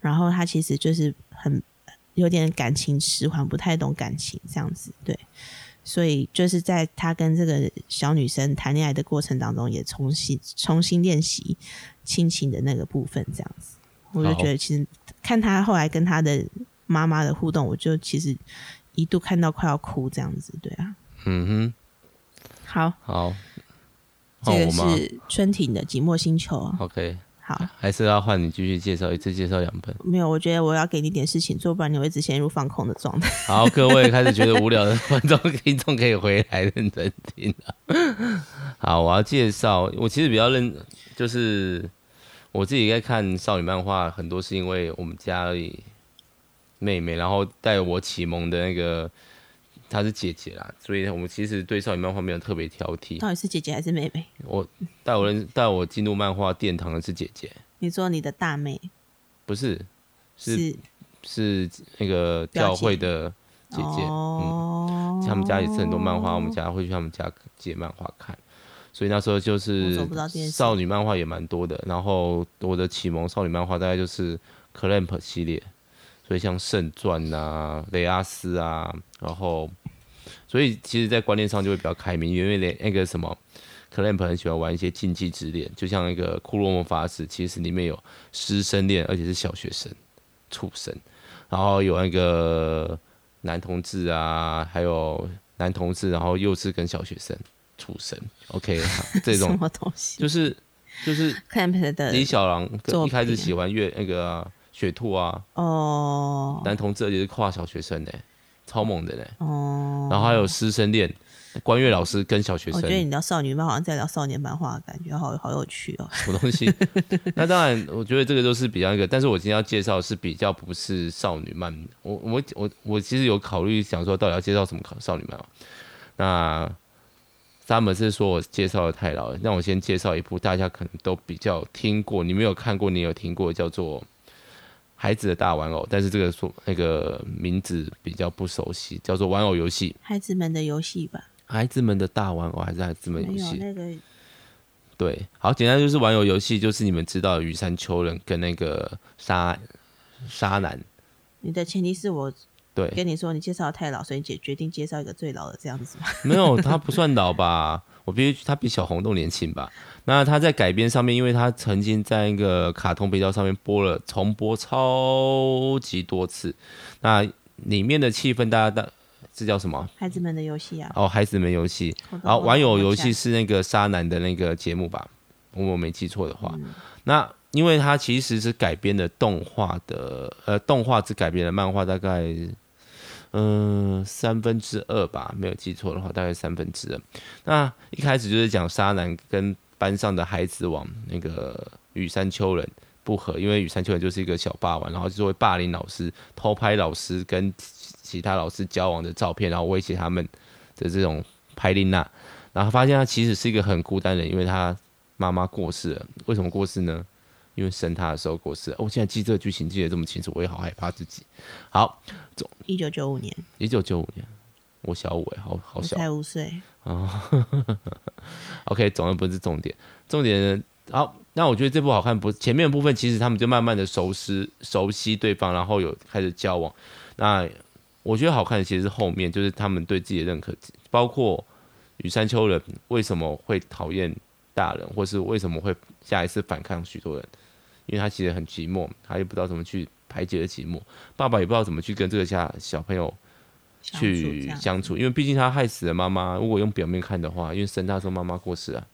Speaker 2: 然后他其实就是很有点感情迟缓，不太懂感情这样子，对。所以就是在他跟这个小女生谈恋爱的过程当中，也重新重新练习亲情的那个部分，这样子，我就
Speaker 1: 好
Speaker 2: 觉得其实看他后来跟他的妈妈的互动，我就其实一度看到快要哭这样子，对啊。
Speaker 1: 哼，嗯
Speaker 2: 好，
Speaker 1: 哼，好，
Speaker 2: 这
Speaker 1: 换
Speaker 2: 个
Speaker 1: 哦我吗
Speaker 2: 是春挺的《寂寞星球》。
Speaker 1: ？OK，
Speaker 2: 好，
Speaker 1: 还是要换你继续介绍，一次介绍两本。
Speaker 2: 没有，我觉得我要给你点事情做，不然你会一直陷入放空的状态。
Speaker 1: 好，各位开始觉得无聊的观众听众可以回来认真听了。好，我要介绍，我其实比较认，就是我自己在看少女漫画，很多是因为我们家里妹妹，然后带我启蒙的那个她是姐姐啦，所以我们其实对少女漫画没有特别挑剔。
Speaker 2: 到底是姐姐还是妹妹？
Speaker 1: 我带我认带我进入漫画殿堂的是姐姐，
Speaker 2: 你说你的大妹
Speaker 1: 不是是
Speaker 2: 是
Speaker 1: 是那个教会的姐姐，嗯
Speaker 2: 哦，
Speaker 1: 他们家也是很多漫画，我们家会去他们家借漫画看，所以那时候就
Speaker 2: 我怎
Speaker 1: 是
Speaker 2: 么不知道这件事
Speaker 1: 少女漫画也蛮多的。然后我的启蒙少女漫画大概就是 Clamp 系列，所以像圣传啊、雷阿斯啊，然后所以其实，在观念上就会比较开明，因为连那个什么。Clamp 很喜欢玩一些禁忌之恋，就像那个《库洛魔法使》，其实里面有师生恋，而且是小学生、畜生，然后有那个男同志啊，还有男同志，然后幼稚跟小学生、畜生，OK，好 这
Speaker 2: 什
Speaker 1: 种
Speaker 2: 么呃东西
Speaker 1: 就是就是
Speaker 2: ？Clamp 的
Speaker 1: 李小狼
Speaker 2: 作
Speaker 1: 一开始
Speaker 2: 品
Speaker 1: 喜欢月那个啊、雪兔啊，
Speaker 2: 哦
Speaker 1: 男同志而且是跨小学生呢、超猛的呢、
Speaker 2: 哦，
Speaker 1: 然后还有师生恋，关月老师跟小学
Speaker 2: 我
Speaker 1: 生，
Speaker 2: 觉得哦你聊少女漫好像在聊少年漫画，感觉好好有趣 哦。
Speaker 1: 什么东西。那当然，我觉得这个都是比较那个，但是我今天要介绍的是比较不是少女漫。我我我我其实有考虑想说，到底要介绍什么考少女漫哦。那 Summer 是说我介绍的太老了，那我先介绍一部大家可能都比较听过，你没有看过，你有听过，叫做《孩子的大玩偶》，但是这个说那个名字比较不熟悉，叫做《玩偶游戏》。
Speaker 2: 孩子们的游戏吧，
Speaker 1: 孩子们的大玩偶还是孩子们
Speaker 2: 没
Speaker 1: 游戏？
Speaker 2: 有哎那个
Speaker 1: 对，好，简单就是玩游游戏，就是你们知道的羽山丘人跟那个沙沙男，
Speaker 2: 你的前提是我
Speaker 1: 对，
Speaker 2: 跟你说你介绍得太老，所以你决决定介绍一个最老的这样 子嘛。
Speaker 1: 没有他不算老吧， 我必须他比小红豆年轻吧。那他在改编上面，因为他曾经在一个卡通频道上面播了重播超级多次，那里面的气氛大家大这叫什么？
Speaker 2: 孩子们的游戏啊，
Speaker 1: 哦，孩子们游戏，
Speaker 2: 我都
Speaker 1: 然后玩友
Speaker 2: 我都
Speaker 1: 游
Speaker 2: 忘
Speaker 1: 戏
Speaker 2: 记
Speaker 1: 是那个沙男的那个节目吧，我没记错的话。
Speaker 2: 嗯
Speaker 1: 那因为它其实是改编的动画的，呃，动画只改编了漫画大概，嗯、三分之二吧，没有记错的话，大概三分之二。那一开始就是讲沙男跟班上的孩子王那个羽山丘人不和，因为羽山丘人就是一个小霸王，然后就会霸凌老师、偷拍老师跟其其他老师交往的照片，然后威胁他们的这种拍琳娜。然后发现他其实是一个很孤单的人，因为他妈妈过世了。为什么过世呢？因为生他的时候过世了。哦我现在记这个剧情记得这么清楚，我也好害怕自己。好，
Speaker 2: 一九九五年，
Speaker 1: 一九九五年，我小五哎，好好
Speaker 2: 我
Speaker 1: 小。
Speaker 2: 才五岁，
Speaker 1: OK，总而不是重点，重点呢好，那我觉得这部好看不是前面的部分，其实他们就慢慢的熟识熟悉对方，然后有开始交往。那我觉得好看的其实是后面，就是他们对自己的认可，包括羽山丘人为什么会讨厌大人，或是为什么会下一次反抗许多人，因为他其实很寂寞，他也不知道怎么去排解的寂寞，爸爸也不知道怎么去跟这个下小朋友
Speaker 2: 相处这
Speaker 1: 去
Speaker 2: 样
Speaker 1: 相处，因为毕竟他害死了妈妈。如果用表面看的话，因为生他的时候妈妈过世啊，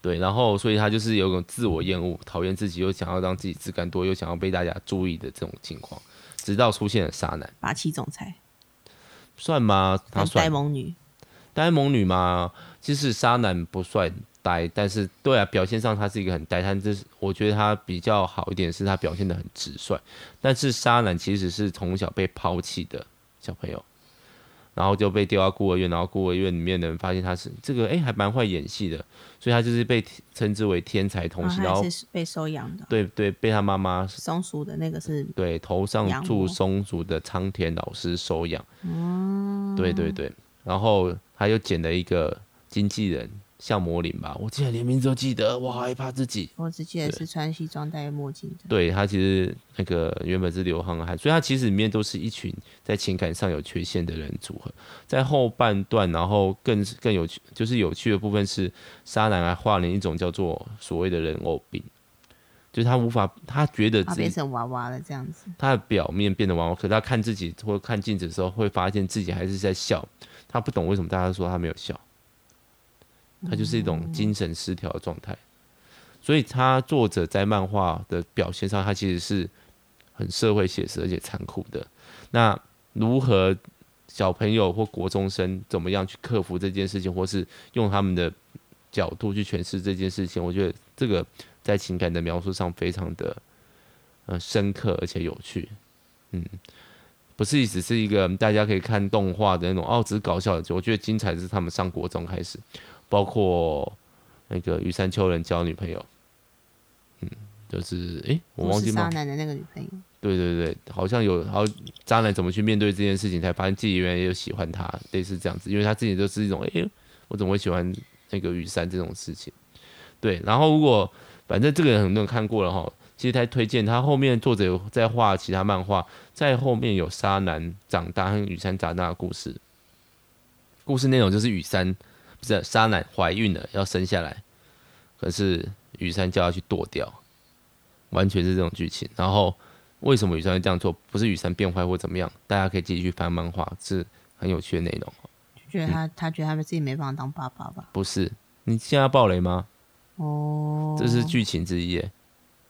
Speaker 1: 对，然后所以他就是有一种自我厌恶，讨厌自己，又想要让自己自甘多，又想要被大家注意的这种情况，直到出现了渣男，
Speaker 2: 霸气总裁，
Speaker 1: 算吗？他
Speaker 2: 跟呆
Speaker 1: 算
Speaker 2: 萌女，
Speaker 1: 呆萌女吗？其实渣男不算呆，但是对啊，表现上他是一个很呆，但是我觉得他比较好一点，是他表现的很直率。但是渣男其实是从小被抛弃的小朋友，然后就被丢到孤儿院，然后孤儿院里面的人发现他是这个，哎、还蛮会演戏的，所以他就是被称之为天才童
Speaker 2: 然
Speaker 1: 星，
Speaker 2: 后
Speaker 1: 然
Speaker 2: 她
Speaker 1: 后
Speaker 2: 也是被收养的，
Speaker 1: 对对，被他妈妈
Speaker 2: 松鼠的那个是
Speaker 1: 对，头上
Speaker 2: 养
Speaker 1: 住
Speaker 2: 我
Speaker 1: 松竹的苍田老师收养。对对对，然后他又捡了一个经纪人向魔林吧，我竟然连名字都记得，我好害怕自己。
Speaker 2: 我只记得是穿西装戴墨镜的，
Speaker 1: 对他其实那个原本是流浪汉，所以他其实里面都是一群在情感上有缺陷的人组合。在后半段，然后更更有趣，就是有趣的部分是沙男还啊画了一种叫做所谓的人偶病，就是他无法，他觉得
Speaker 2: 然后
Speaker 1: 自
Speaker 2: 变
Speaker 1: 己
Speaker 2: 成娃娃了这样子，
Speaker 1: 他的表面变得完，可是他看自己或看镜子的时候，会发现自己还是在笑。他不懂为什么大家说他没有笑，他就是一种精神失调的状态。所以，他作者在漫画的表现上，他其实是很社会写实而且残酷的。那如何小朋友或国中生怎么样去克服这件事情，或是用他们的角度去诠释这件事情，我觉得这个在情感的描述上非常的呃深刻而且有趣。嗯，不是只是一个大家可以看动画的那种哦，只是搞笑的。我觉得精彩是他们上国中开始，包括那个羽山秋人交女朋友，嗯，就是诶，我忘记
Speaker 2: 是
Speaker 1: 吗
Speaker 2: 渣？男的那个女朋友，
Speaker 1: 对对对，好像有，好渣男怎么去面对这件事情，才发现自己原来也有喜欢他，类似这样子，因为他自己就是一种，诶，我怎么会喜欢那个雨山这种事情？对，然后如果反正这个很多人看过了哈，其实他推荐他后面作者有在画其他漫画，在后面有沙男长大和雨山长大的故事，故事内容就是雨山不是沙男怀孕了要生下来，可是雨山叫他去剁掉，完全是这种剧情，然后。为什么雨山会这样做？不是雨山变坏或怎么样，大家可以继续去翻漫画，是很有趣的内容。
Speaker 2: 就觉得
Speaker 1: 嗯
Speaker 2: 他他觉得他们自己没办法当爸爸吧？
Speaker 1: 不是你现在要暴雷吗？
Speaker 2: 哦，
Speaker 1: 这是剧情之一耶。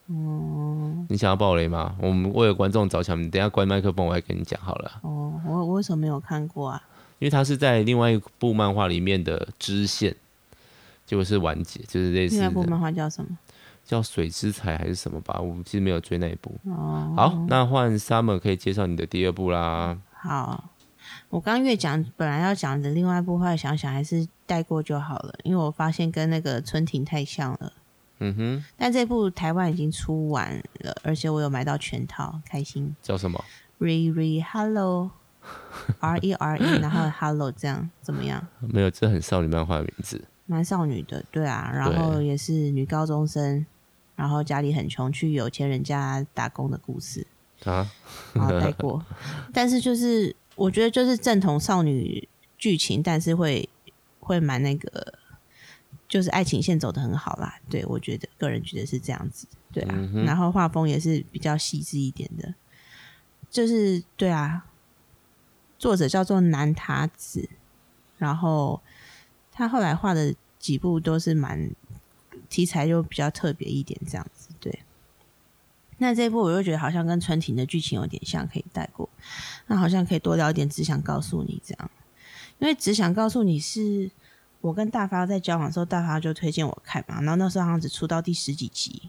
Speaker 1: 嗯，你想要暴雷吗？我们为了观众着想，你等一下关麦克风，我还跟你讲好了。
Speaker 2: 哦，我我为什么没有看过啊？
Speaker 1: 因为它是在另外一部漫画里面的支线，结果是完结，就是类似
Speaker 2: 另外一部
Speaker 1: 的
Speaker 2: 漫画叫什么？
Speaker 1: 叫《水之彩》还是什么吧，我其实没有追那一部。
Speaker 2: 哦，
Speaker 1: 好，那换 Summer 可以介绍你的第二部啦。
Speaker 2: 好，我刚越讲本来要讲的另外一部，后来想想还是带过就好了，因为我发现跟那个春庭太像了。
Speaker 1: 嗯哼，
Speaker 2: 但这部台湾已经出完了，而且我有买到全套，开心。
Speaker 1: 叫什么？
Speaker 2: Re Re Hello R E R E，然后 Hello 这样怎么样？
Speaker 1: 没有，这很少女漫画的名字。
Speaker 2: 蛮少女的，对啊，然后也是女高中生，然后家里很穷，去有钱人家打工的故事，
Speaker 1: 啊，
Speaker 2: 然后带过。但是就是我觉得就是正统少女剧情，但是会会蛮那个，就是爱情线走的很好啦。对我觉得个人觉得是这样子，对啊，
Speaker 1: 嗯哼
Speaker 2: 然后画风也是比较细致一点的，就是对啊，作者叫做南塔子，然后他后来画的几部都是蛮题材就比较特别一点这样子，对。那这一部我又觉得好像跟春庭的剧情有点像，可以带过。那好像可以多聊一点，只想告诉你这样，因为只想告诉你是我跟大发在交往的时候，大发就推荐我看嘛，然后那时候好像只出到第十几集，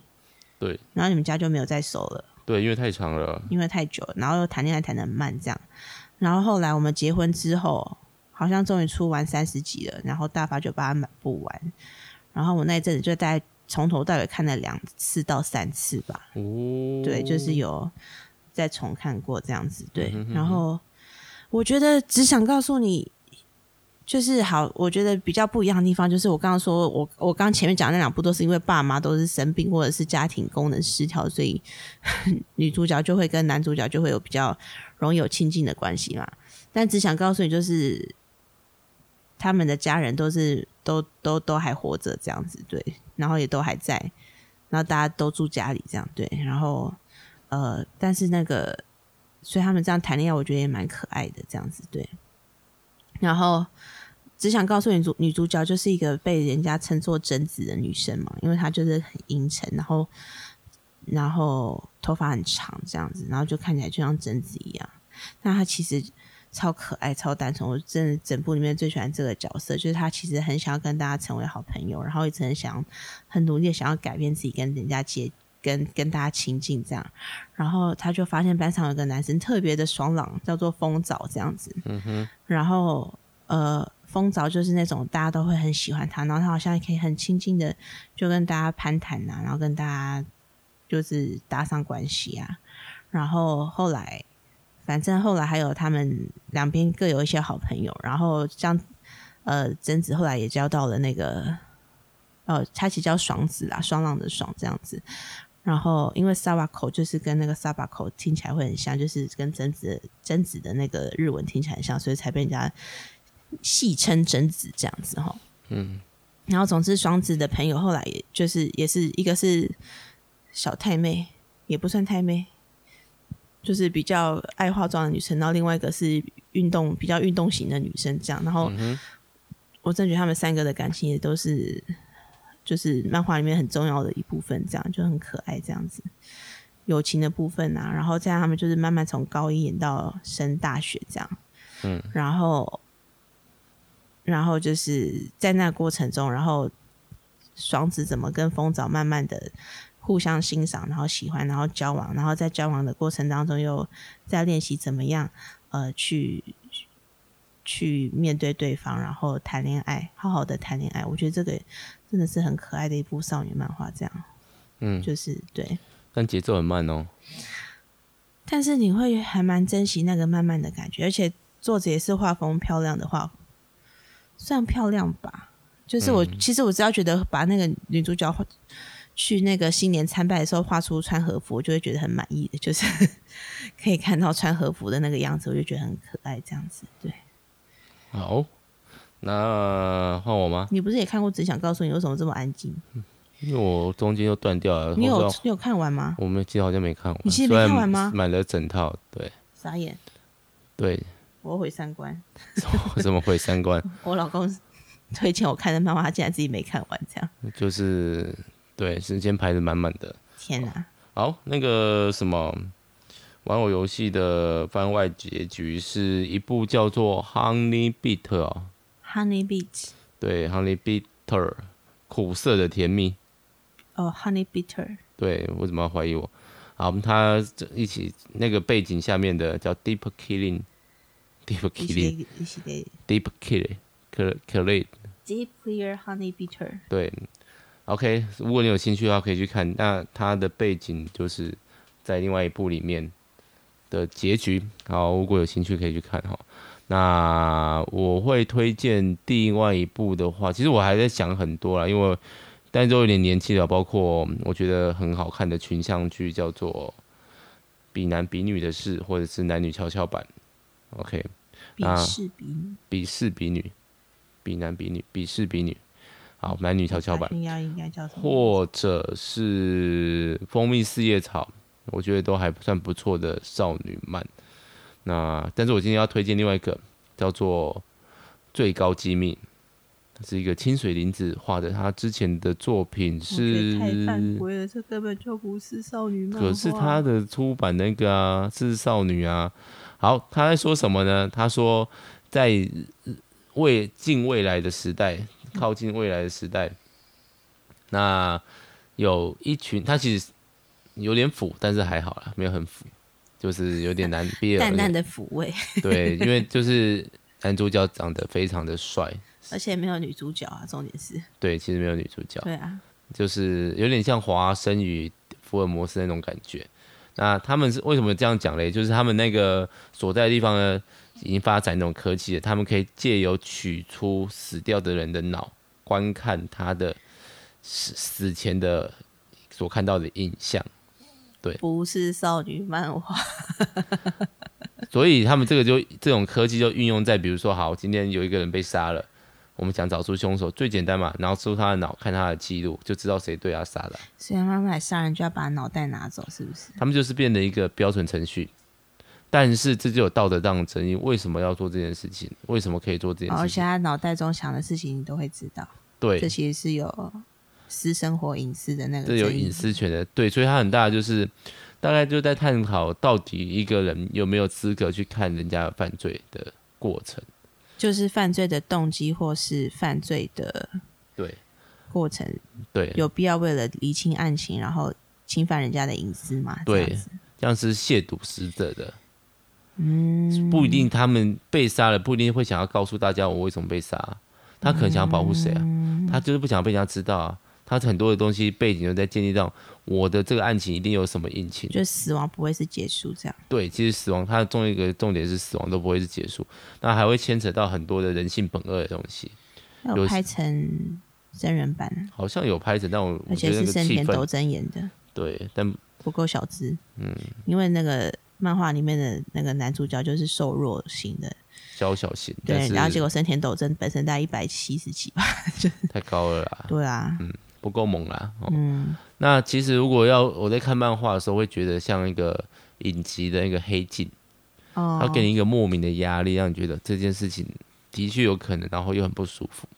Speaker 1: 对，
Speaker 2: 然后你们家就没有再收了。
Speaker 1: 对，因为太长了。
Speaker 2: 因为太久了，然后又谈恋爱谈的慢这样。然后后来我们结婚之后，好像终于出完三十集了，然后大发就把它买不完。然后我那一阵子就大概从头到尾看了两次到三次吧，
Speaker 1: 哦，
Speaker 2: 对，就是有再重看过这样子，对。
Speaker 1: 嗯哼
Speaker 2: 然后我觉得只想告诉你，就是好，我觉得比较不一样的地方就是我刚刚说我我刚前面讲的那两部都是因为爸妈都是生病或者是家庭功能失调，所以 女主角就会跟男主角就会有比较容易有亲近的关系嘛。但只想告诉你，就是他们的家人都是都都都还活着这样子，对，然后也都还在，然后大家都住家里这样，对，然后呃，但是那个，所以他们这样谈恋爱，我觉得也蛮可爱的这样子，对。然后只想告诉你，主女主角就是一个被人家称作贞子的女生嘛，因为她就是很阴沉，然后然后头发很长这样子，然后就看起来就像贞子一样。那她其实超可爱、超单纯，我真的整部里面最喜欢这个角色，就是她其实很想要跟大家成为好朋友，然后一直很想、很努力的想要改变自己，跟人家接。跟跟大家亲近这样，然后她就发现班上有个男生特别的爽朗，叫做风早这样子。嗯哼。然后呃，风早就是那种大家都会很喜欢他，然后他好像可以很亲近的就跟大家攀谈啊，然后跟大家就是搭上关系啊。然后后来，反正后来还有他们两边各有一些好朋友，然后像呃贞子后来也交到了那个，哦，他其实叫爽子啦，爽朗的爽这样子。然后因为 Sabako 就是跟那个 Sabako 听起来会很像，就是跟贞子贞子的那个日文听起来很像，所以才被人家戏称贞子这样子哈。
Speaker 1: 嗯，
Speaker 2: 然后总之爽子的朋友后来也就是也是一个是小太妹，也不算太妹。就是比较爱化妆的女生，然后另外一个是运动比较运动型的女生，这样。然后我真的觉得他们三个的感情也都是，就是漫画里面很重要的一部分，这样就很可爱，这样子友情的部分啊，然后再让他们就是慢慢从高一演到升大学这样，嗯，然后然后就是在那过程中，然后爽子怎么跟风早慢慢的。互相欣赏，然后喜欢，然后交往，然后在交往的过程当中又在练习怎么样呃去去面对对方，然后谈恋爱，好好的谈恋爱。我觉得这个真的是很可爱的一部少女漫画，这样
Speaker 1: 嗯，
Speaker 2: 就是对。
Speaker 1: 但节奏很慢哦。
Speaker 2: 但是你会还蛮珍惜那个慢慢的感觉，而且作者也是画风漂亮的画，算漂亮吧。就是我、
Speaker 1: 嗯
Speaker 2: 其实我只要觉得把那个女主角画去那个新年参拜的时候画出穿和服，我就会觉得很满意的，就是 可以看到穿和服的那个样子，我就觉得很可爱。这样子，对
Speaker 1: 好，那换我吗？
Speaker 2: 你不是也看过？只想告诉你为什么这么安静？
Speaker 1: 因为我中间又断掉了。
Speaker 2: 你
Speaker 1: 我
Speaker 2: 有
Speaker 1: 不知道
Speaker 2: 你有看完吗？
Speaker 1: 我们记得好像没看完。
Speaker 2: 你其实
Speaker 1: 虽然
Speaker 2: 没看完吗
Speaker 1: 买了整套，对
Speaker 2: 傻眼，
Speaker 1: 对，
Speaker 2: 我毁三观。
Speaker 1: 怎么 怎么会三观？
Speaker 2: 我老公推荐我看的漫画，他竟然自己没看完，这样
Speaker 1: 就是对，时间排的满满的。
Speaker 2: 天哪！
Speaker 1: 好，那个什么，玩偶游戏的番外结局是一部叫做《Honey Beat》哦，
Speaker 2: Honey Beat，
Speaker 1: 对，《Honey Bitter》苦涩的甜蜜。
Speaker 2: 哦，Honey Bitter，
Speaker 1: 对，为什么要怀疑我？好，他一起那个背景下面的叫 Deep Killing，Deep
Speaker 2: 一系
Speaker 1: Killing，Deep
Speaker 2: 列一系列
Speaker 1: Killing，可可类
Speaker 2: Deep Clear Honey Bitter，
Speaker 1: 对，OK，如果你有兴趣的话，可以去看。那它的背景就是在另外一部里面的结局。好，如果有兴趣可以去看哈。那我会推荐另外一部的话，其实我还在想很多啦，因为但是都有点年纪了，包括我觉得很好看的群像剧叫做《比男比女的事》，或者是男女跷跷板。OK，啊
Speaker 2: 鄙视比女，
Speaker 1: 比视比女，比男比女，比视比女。好，男女跷跷板。
Speaker 2: 应该应该叫什么？
Speaker 1: 或者是蜂蜜四叶草，我觉得都还算不错的少女漫。那但是我今天要推荐另外一个叫做《最高机密》，是一个清水林子画的，她之前的作品
Speaker 2: 我觉
Speaker 1: 是
Speaker 2: 得，太犯规了，这根本就不是少女漫画。
Speaker 1: 可是她的出版那个啊是少女啊。好，她在说什么呢？她说在未近未来的时代，靠近未来的时代，那有一群，他其实有点腐，但是还好啦，没有很腐，就是有点难毕业。
Speaker 2: 淡淡的抚慰，
Speaker 1: 对，因为就是男主角长得非常的帅，
Speaker 2: 而且没有女主角啊，重点是，
Speaker 1: 对，其实没有女主角，
Speaker 2: 对啊，
Speaker 1: 就是有点像华生与福尔摩斯那种感觉。那他们是为什么这样讲嘞？就是他们那个所在的地方呢，已经发展那种科技了，他们可以借由取出死掉的人的脑，观看他的死死前的所看到的印象。
Speaker 2: 不是少女漫画，
Speaker 1: 所以他们这个就这种科技就运用在，比如说，好，今天有一个人被杀了，我们想找出凶手，最简单嘛，然后搜他的脑，看他的记录，就知道谁对他杀的啊。
Speaker 2: 所以妈妈来杀人就要把脑袋拿走，是不是？
Speaker 1: 他们就是变得一个标准程序，但是这就有道德上的争议，为什么要做这件事情？为什么可以做这件
Speaker 2: 而
Speaker 1: 事
Speaker 2: 且
Speaker 1: 情？
Speaker 2: 他脑袋中想的事情你都会知道，
Speaker 1: 对
Speaker 2: 哦这，其实是有私生活隐私的那个
Speaker 1: 这
Speaker 2: 争
Speaker 1: 有
Speaker 2: 议，
Speaker 1: 隐私权的，对，所以它很大，就是大概就在探讨到底一个人有没有资格去看人家的犯罪的过程。
Speaker 2: 就是犯罪的动机或是犯罪的
Speaker 1: 对
Speaker 2: 过程，
Speaker 1: 对，
Speaker 2: 有必要为了厘清案情，然后侵犯人家的隐私嘛？
Speaker 1: 对
Speaker 2: 这样子
Speaker 1: 像是亵渎死者的，嗯，不一定他们被杀了，不一定会想要告诉大家我为什么被杀，他可能想要保护谁啊？
Speaker 2: 嗯
Speaker 1: 他就是不想被人家知道啊。他很多的东西背景就在建立到我的这个案情一定有什么隐情。
Speaker 2: 就死亡不会是结束这样。
Speaker 1: 对，其实死亡它的重一个重点是死亡都不会是结束，那还会牵扯到很多的人性本恶的东西。
Speaker 2: 那
Speaker 1: 有
Speaker 2: 有拍成真人版，
Speaker 1: 好像有拍成，但我我
Speaker 2: 而
Speaker 1: 觉得
Speaker 2: 且是
Speaker 1: 那个
Speaker 2: 生
Speaker 1: 气
Speaker 2: 田斗
Speaker 1: 氛
Speaker 2: 真演的，
Speaker 1: 对，但
Speaker 2: 不够小资。嗯，因为那个漫画里面的那个男主角就是瘦弱型的，
Speaker 1: 小小心，但
Speaker 2: 对，然后结
Speaker 1: 是嗯
Speaker 2: 果生田斗真本身大概一百七十几吧，
Speaker 1: 太高了啦，
Speaker 2: 对啊，
Speaker 1: 不够猛啦。哦
Speaker 2: 嗯，
Speaker 1: 那其实如果要我在看漫画的时候，会觉得像一个影集的一个黑镜，它
Speaker 2: 哦，
Speaker 1: 给你一个莫名的压力，让你觉得这件事情的确有可能，然后又很不舒服。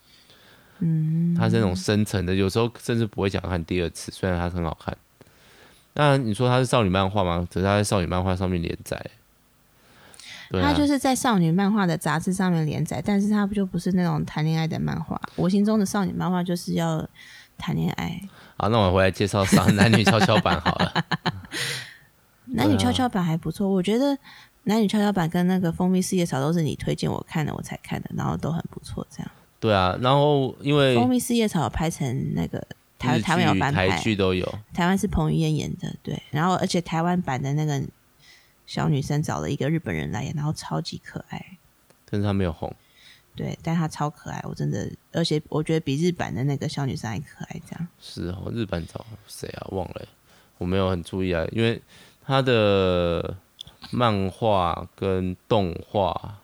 Speaker 1: 嗯，它是那种深层的，有时候甚至不会想看第二次，虽然它很好看。那你说它是少女漫画吗？只是它在少女漫画上面连载。对啊
Speaker 2: 他，就是在少女漫画的杂志上面连载，但是他不就不是那种谈恋爱的漫画。我心中的少女漫画就是要谈恋爱。
Speaker 1: 好，那我回来介绍上男女跷跷板好 了。
Speaker 2: 男
Speaker 1: 啊
Speaker 2: 女跷跷板还不错，我觉得男女跷跷板跟那个蜂蜜四叶草都是你推荐我看的，我才看的，然后都很不错。这样，
Speaker 1: 对啊，然后因为
Speaker 2: 蜂蜜四叶草有拍成那个台
Speaker 1: 日
Speaker 2: 台湾有
Speaker 1: 剧
Speaker 2: 翻
Speaker 1: 台
Speaker 2: 拍，
Speaker 1: 剧都有，
Speaker 2: 台湾是彭于晏演的，对。然后而且台湾版的那个小女生找了一个日本人来演，然后超级可爱，
Speaker 1: 但是他没有红。
Speaker 2: 对，但她超可爱，我真的，而且我觉得比日版的那个小女生还可爱。这样，
Speaker 1: 是哦，日本找谁啊？忘了欸，我没有很注意啊，因为他的漫画跟动画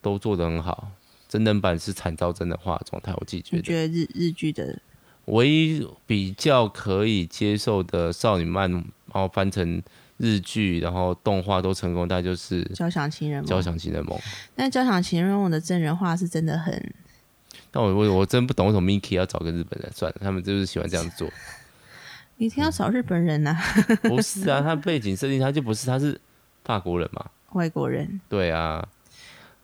Speaker 1: 都做得很好，真人版是惨遭真人化的状态，我自己觉
Speaker 2: 你
Speaker 1: 得。嗯
Speaker 2: 觉得日日剧的
Speaker 1: 唯一比较可以接受的少女漫，然后翻成日剧，然后动画都成功，大概就是
Speaker 2: 《
Speaker 1: 《
Speaker 2: 交响情人梦》？
Speaker 1: 交响情人梦》。
Speaker 2: 那《交响情人梦》的真人化是真的很
Speaker 1: 但我我我真不懂为什么 Miki 要找个日本人，算了，他们就是喜欢这样做。
Speaker 2: 你
Speaker 1: 嗯
Speaker 2: 听到少日本人呐、
Speaker 1: 不是啊，他背景设定他就不是，他是法国人嘛。
Speaker 2: 外国人，
Speaker 1: 对啊，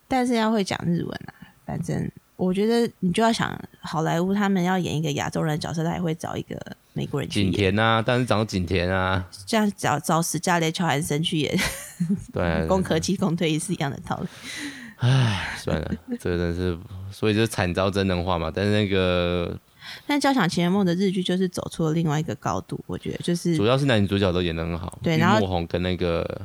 Speaker 2: 但是要会讲日文啊。反正我觉得你就要想，好莱坞他们要演一个亚洲人的角色，他也会找一个美国人去
Speaker 1: 景
Speaker 2: 演，
Speaker 1: 甜啊，当然长景甜 啊，
Speaker 2: 这样找找史嘉蕾·乔韩森去演
Speaker 1: 对 啊
Speaker 2: 《攻壳机攻退役》是一样的道理。
Speaker 1: 算了，这个真是，所以就惨遭真人化嘛。但是那个
Speaker 2: 但《交响情人梦》的日剧就是走出了另外一个高度，我觉得就是
Speaker 1: 主要是男女主角都演得很好，
Speaker 2: 嗯对
Speaker 1: 玉
Speaker 2: 然后
Speaker 1: 木宏跟那个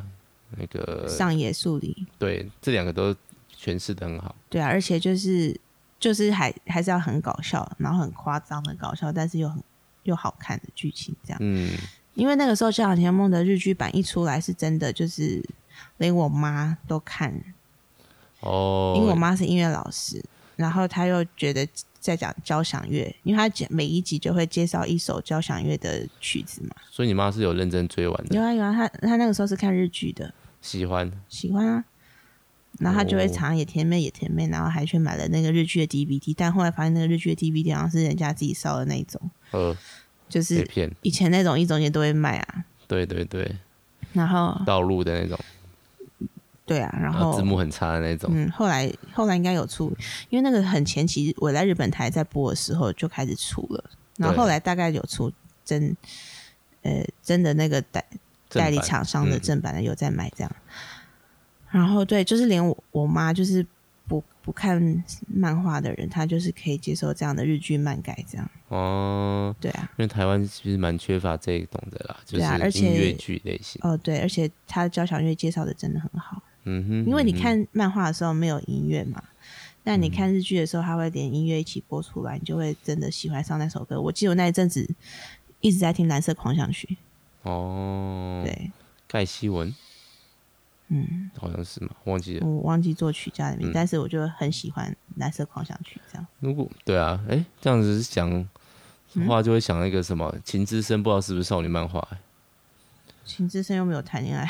Speaker 1: 那个
Speaker 2: 上野树里，
Speaker 1: 对，这两个都诠释的很好。
Speaker 2: 对啊，而且就是就是还还是要很搞笑，然后很夸张的搞笑，但是又很又好看的剧情这样。
Speaker 1: 嗯，
Speaker 2: 因为那个时候《交响情人梦》的日剧版一出来，是真的就是连我妈都看，
Speaker 1: 哦，
Speaker 2: 因为我妈是音乐老师，然后她又觉得在讲交响乐，因为她讲每一集就会介绍一首交响乐的曲子嘛。
Speaker 1: 所以你妈是有认真追完
Speaker 2: 有
Speaker 1: 的，
Speaker 2: 啊有啊，她她那个时候是看日剧的，
Speaker 1: 喜欢
Speaker 2: 喜欢啊。然后她就会
Speaker 1: 哦
Speaker 2: 常常也甜妹也甜妹，然后还去买了那个日剧的 DVD，但后来发现那个日剧的 DVD 好像是人家自己烧的那一种，
Speaker 1: 呃
Speaker 2: 就
Speaker 1: 被
Speaker 2: 是
Speaker 1: 骗，
Speaker 2: 以前那种一中间都会卖啊。
Speaker 1: 对对对，
Speaker 2: 然后
Speaker 1: 道路的那种，
Speaker 2: 对啊，然
Speaker 1: 然后
Speaker 2: 后
Speaker 1: 字幕很差的那种，
Speaker 2: 嗯，后来后来应该有出，因为那个很前期，我在日本台在播的时候就开始出了，然后
Speaker 1: 对
Speaker 2: 后来大概有出真，呃，真的那个代
Speaker 1: 正
Speaker 2: 代理
Speaker 1: 版
Speaker 2: 厂商的
Speaker 1: 嗯
Speaker 2: 正版的有在买这样。然后对，就是连我我妈就是不不看漫画的人，她就是可以接受这样的日剧漫改这样。
Speaker 1: 哦。
Speaker 2: 对啊，
Speaker 1: 因为台湾其实蛮缺乏这一种的啦，就
Speaker 2: 对啊而
Speaker 1: 是
Speaker 2: 且
Speaker 1: 音乐剧类型。
Speaker 2: 哦对，而且她的交响乐介绍的真的很好，
Speaker 1: 嗯哼，
Speaker 2: 因为
Speaker 1: 嗯
Speaker 2: 你
Speaker 1: 哼，嗯
Speaker 2: 看漫画的时候没有音乐嘛，那你看日剧的时候，它会连音乐一起播出来，你就会真的喜欢上那首歌。我记得我那一阵子一直在听《蓝色狂想曲》，
Speaker 1: 哦，，
Speaker 2: 对，
Speaker 1: 盖希文
Speaker 2: 嗯，
Speaker 1: 好像是嘛，忘记了。
Speaker 2: 我忘记作曲家的名字，
Speaker 1: 嗯
Speaker 2: 但是我就很喜欢《蓝色狂想曲》这样。
Speaker 1: 如果对啊，哎，这样子想话就会想那个什么《情之声》，不知道是不是少女漫画、
Speaker 2: 秦之声又没有谈恋爱，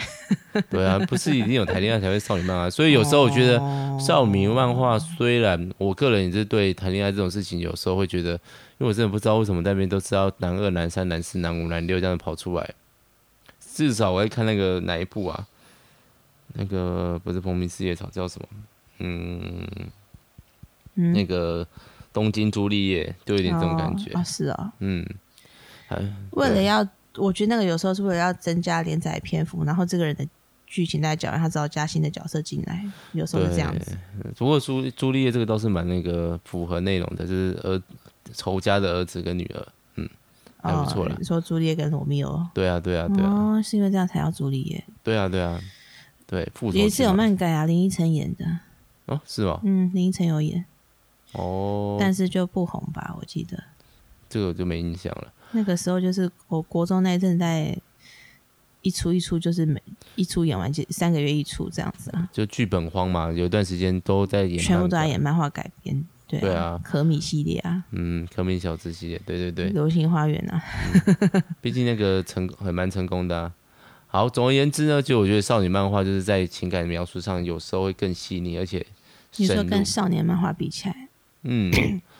Speaker 1: 对啊，不是一定有谈恋爱才会少女漫画，所 以有时候我觉得
Speaker 2: 哦
Speaker 1: 少女漫画虽然我个人也是对谈恋爱这种事情有时候会觉得，因为我真的不知道为什么那边都知道男二、男三、男四、男五、男六这样跑出来。至少我在看那个哪一部啊？那个不是《风靡四叶草》叫什么？嗯，
Speaker 2: 嗯
Speaker 1: 那个《东京朱丽叶》就有
Speaker 2: 有
Speaker 1: 点这种感觉。
Speaker 2: 啊、哦啊是哦。
Speaker 1: 嗯，还
Speaker 2: 为了
Speaker 1: 对
Speaker 2: 要，我觉得那个有时候是为了要增加连载篇幅，然后这个人的剧情大概讲完，他只好加新的角色进来，有时候是这样子。
Speaker 1: 不过朱朱丽叶这个倒是蛮那个符合内容的，就是儿仇家的儿子跟女儿。还不错啦
Speaker 2: 哦你说朱丽叶跟罗密欧，
Speaker 1: 对啊，对啊，对啊，
Speaker 2: 哦，是因为这样才要朱丽叶，
Speaker 1: 对啊，对啊，对，复仇
Speaker 2: 也是有
Speaker 1: 漫
Speaker 2: 漫改啊，林依晨演的，
Speaker 1: 哦，是吗？
Speaker 2: 嗯，林依晨有演，
Speaker 1: 哦，
Speaker 2: 但是就不红吧，我记得
Speaker 1: 这个我就没印象了。
Speaker 2: 那个时候就是我国中那一阵在。一出一出就是每一出演完就三个月一出这样子啊，
Speaker 1: 就剧本荒嘛，有一段时间都在嗯演，
Speaker 2: 全部都在。演漫画改编，对
Speaker 1: 对啊
Speaker 2: 可米系列啊，
Speaker 1: 嗯，科明小子系列，对对对，
Speaker 2: 流星花园啊，
Speaker 1: 毕竟那个成很蛮成功的、啊。好，总而言之呢，就我觉得少女漫画就是在情感描述上有时候会更细腻，而且
Speaker 2: 你说
Speaker 1: 深入
Speaker 2: 跟少年漫画比起来，
Speaker 1: 嗯，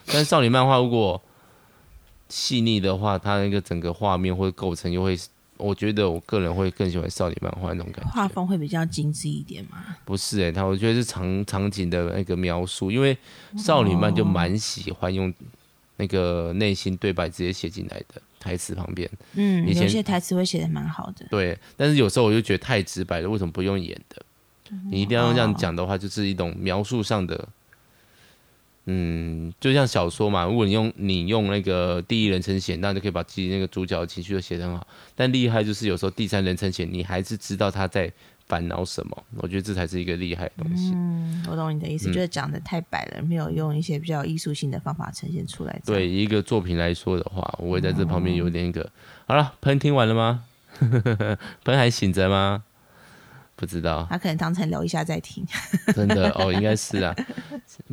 Speaker 1: 但是少女漫画如果细腻的话，它那个整个画面或者构成又会，我觉得我个人会更喜欢少女漫画那种感觉。
Speaker 2: 画风会比较精致一点嘛？
Speaker 1: 不是诶、它我觉得是场场景的那个描述，因为少女漫就蛮喜欢用那个内心对白直接写进来的台词旁边。
Speaker 2: 嗯，
Speaker 1: 以前
Speaker 2: 有些台词会写的蛮好的，
Speaker 1: 对，但是有时候我就觉得太直白了，为什么不用演的？你一定要这样讲的话，就是一种描述上的，嗯，就像小说嘛，如果你用你用那个第一人称写，那就可以把自己那个主角的情绪都写得很好。但厉害就是有时候第三人称写，你还是知道他在烦恼什么，我觉得这才是一个厉害的东西。
Speaker 2: 嗯，我懂你的意思，就是讲的太白了，没有用一些比较艺术性的方法呈现出来。这样，
Speaker 1: 对一个作品来说的话，我会在这旁边有点一个。嗯好了，喷听完了吗？ 喷还醒着吗？不知道，
Speaker 2: 他可能当成聊一下 再听。
Speaker 1: 真的哦，应该是啊，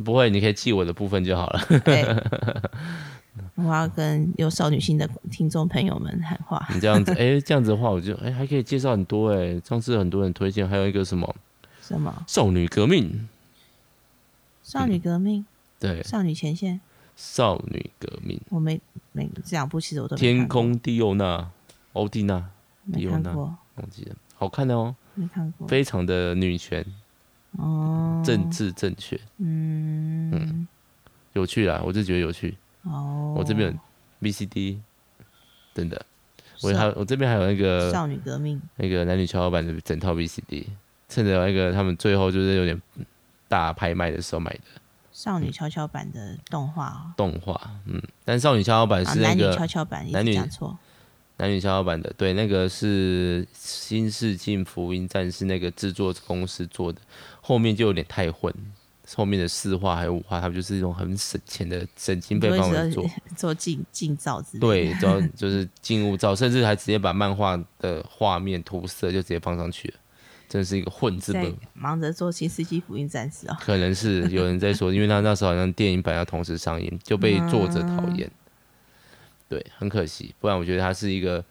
Speaker 1: 不会，你可以记我的部分就好了。
Speaker 2: 对，我要跟有少女心的听众朋友们喊话。
Speaker 1: 你这 样子，哎、这样子的话，我就哎、还可以介绍很多哎、上次很多人推荐，还有一个什么
Speaker 2: 什么？
Speaker 1: 少女革命，
Speaker 2: 少女革命、
Speaker 1: 对，
Speaker 2: 少女前线，
Speaker 1: 少女革命，
Speaker 2: 我没没这两部其实我都没
Speaker 1: 天
Speaker 2: 看过
Speaker 1: 空蒂欧娜，欧蒂娜，
Speaker 2: 没
Speaker 1: 有
Speaker 2: 看
Speaker 1: 呢
Speaker 2: 过，
Speaker 1: 忘记了，好看的哦，
Speaker 2: 没看过。
Speaker 1: 非常的女权，
Speaker 2: 哦，
Speaker 1: 政治正确，
Speaker 2: 嗯，
Speaker 1: 有趣啦，我就觉得有趣。
Speaker 2: 哦，啊
Speaker 1: 我这边有 VCD，真的，我
Speaker 2: 少
Speaker 1: 还有呃嗯我这边还有那个
Speaker 2: 少女革命，
Speaker 1: 那个男女跷跷板的整套 VCD，趁着那个他们最后就是有点大拍卖的时候买的
Speaker 2: 少女跷跷板的动画哦，
Speaker 1: 动画，嗯，但少女跷跷板
Speaker 2: 啊
Speaker 1: 是那
Speaker 2: 男女
Speaker 1: 个
Speaker 2: 跷跷板，一
Speaker 1: 男
Speaker 2: 直
Speaker 1: 女
Speaker 2: 讲错，
Speaker 1: 男女跷跷板的，对，那个是新世纪福音战士那个制作公司做的，后面就有点太混。后面的四话还有五话，他们就是一种很省钱的省经费
Speaker 2: 你
Speaker 1: 帮我
Speaker 2: 不
Speaker 1: 们
Speaker 2: 会
Speaker 1: 做
Speaker 2: 说，做近近照之类的，
Speaker 1: 对，主要就是静物照，甚至还直接把漫画的画面涂色就直接放上去了，真的是一个混字
Speaker 2: 在
Speaker 1: 本。
Speaker 2: 忙着做《新世纪福音战士》哦。
Speaker 1: 可能是有人在 说，因为他那时候好像电影版要同时上映，就被作者讨厌。
Speaker 2: 啊
Speaker 1: 对，很可惜，不然我觉得他是一个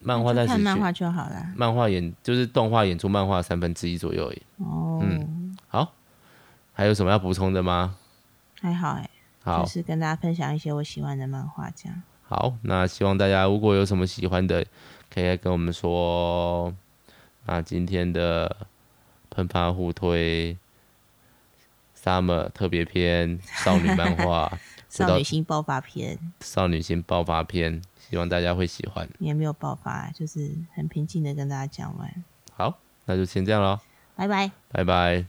Speaker 1: 漫画，但
Speaker 2: 就
Speaker 1: 是
Speaker 2: 看漫
Speaker 1: 觉
Speaker 2: 画就好啦。
Speaker 1: 漫画演就是动画演出漫画三分之一左右而已。
Speaker 2: 哦，
Speaker 1: 嗯好，还有什么要补充的吗？
Speaker 2: 还好哎、
Speaker 1: 好
Speaker 2: 就，是跟大家分享一些我喜欢的漫画这样。
Speaker 1: 好，那希望大家如果有什么喜欢的，可以来跟我们说哦。那今天的喷发互推 Summer 特别篇少女漫画知道
Speaker 2: 少女心爆发篇
Speaker 1: 少女心爆发篇，希望大家会喜欢。
Speaker 2: 也没有爆发，就是很平静的跟大家讲完，
Speaker 1: 好，那就先这样喽，
Speaker 2: 拜拜。
Speaker 1: 拜拜。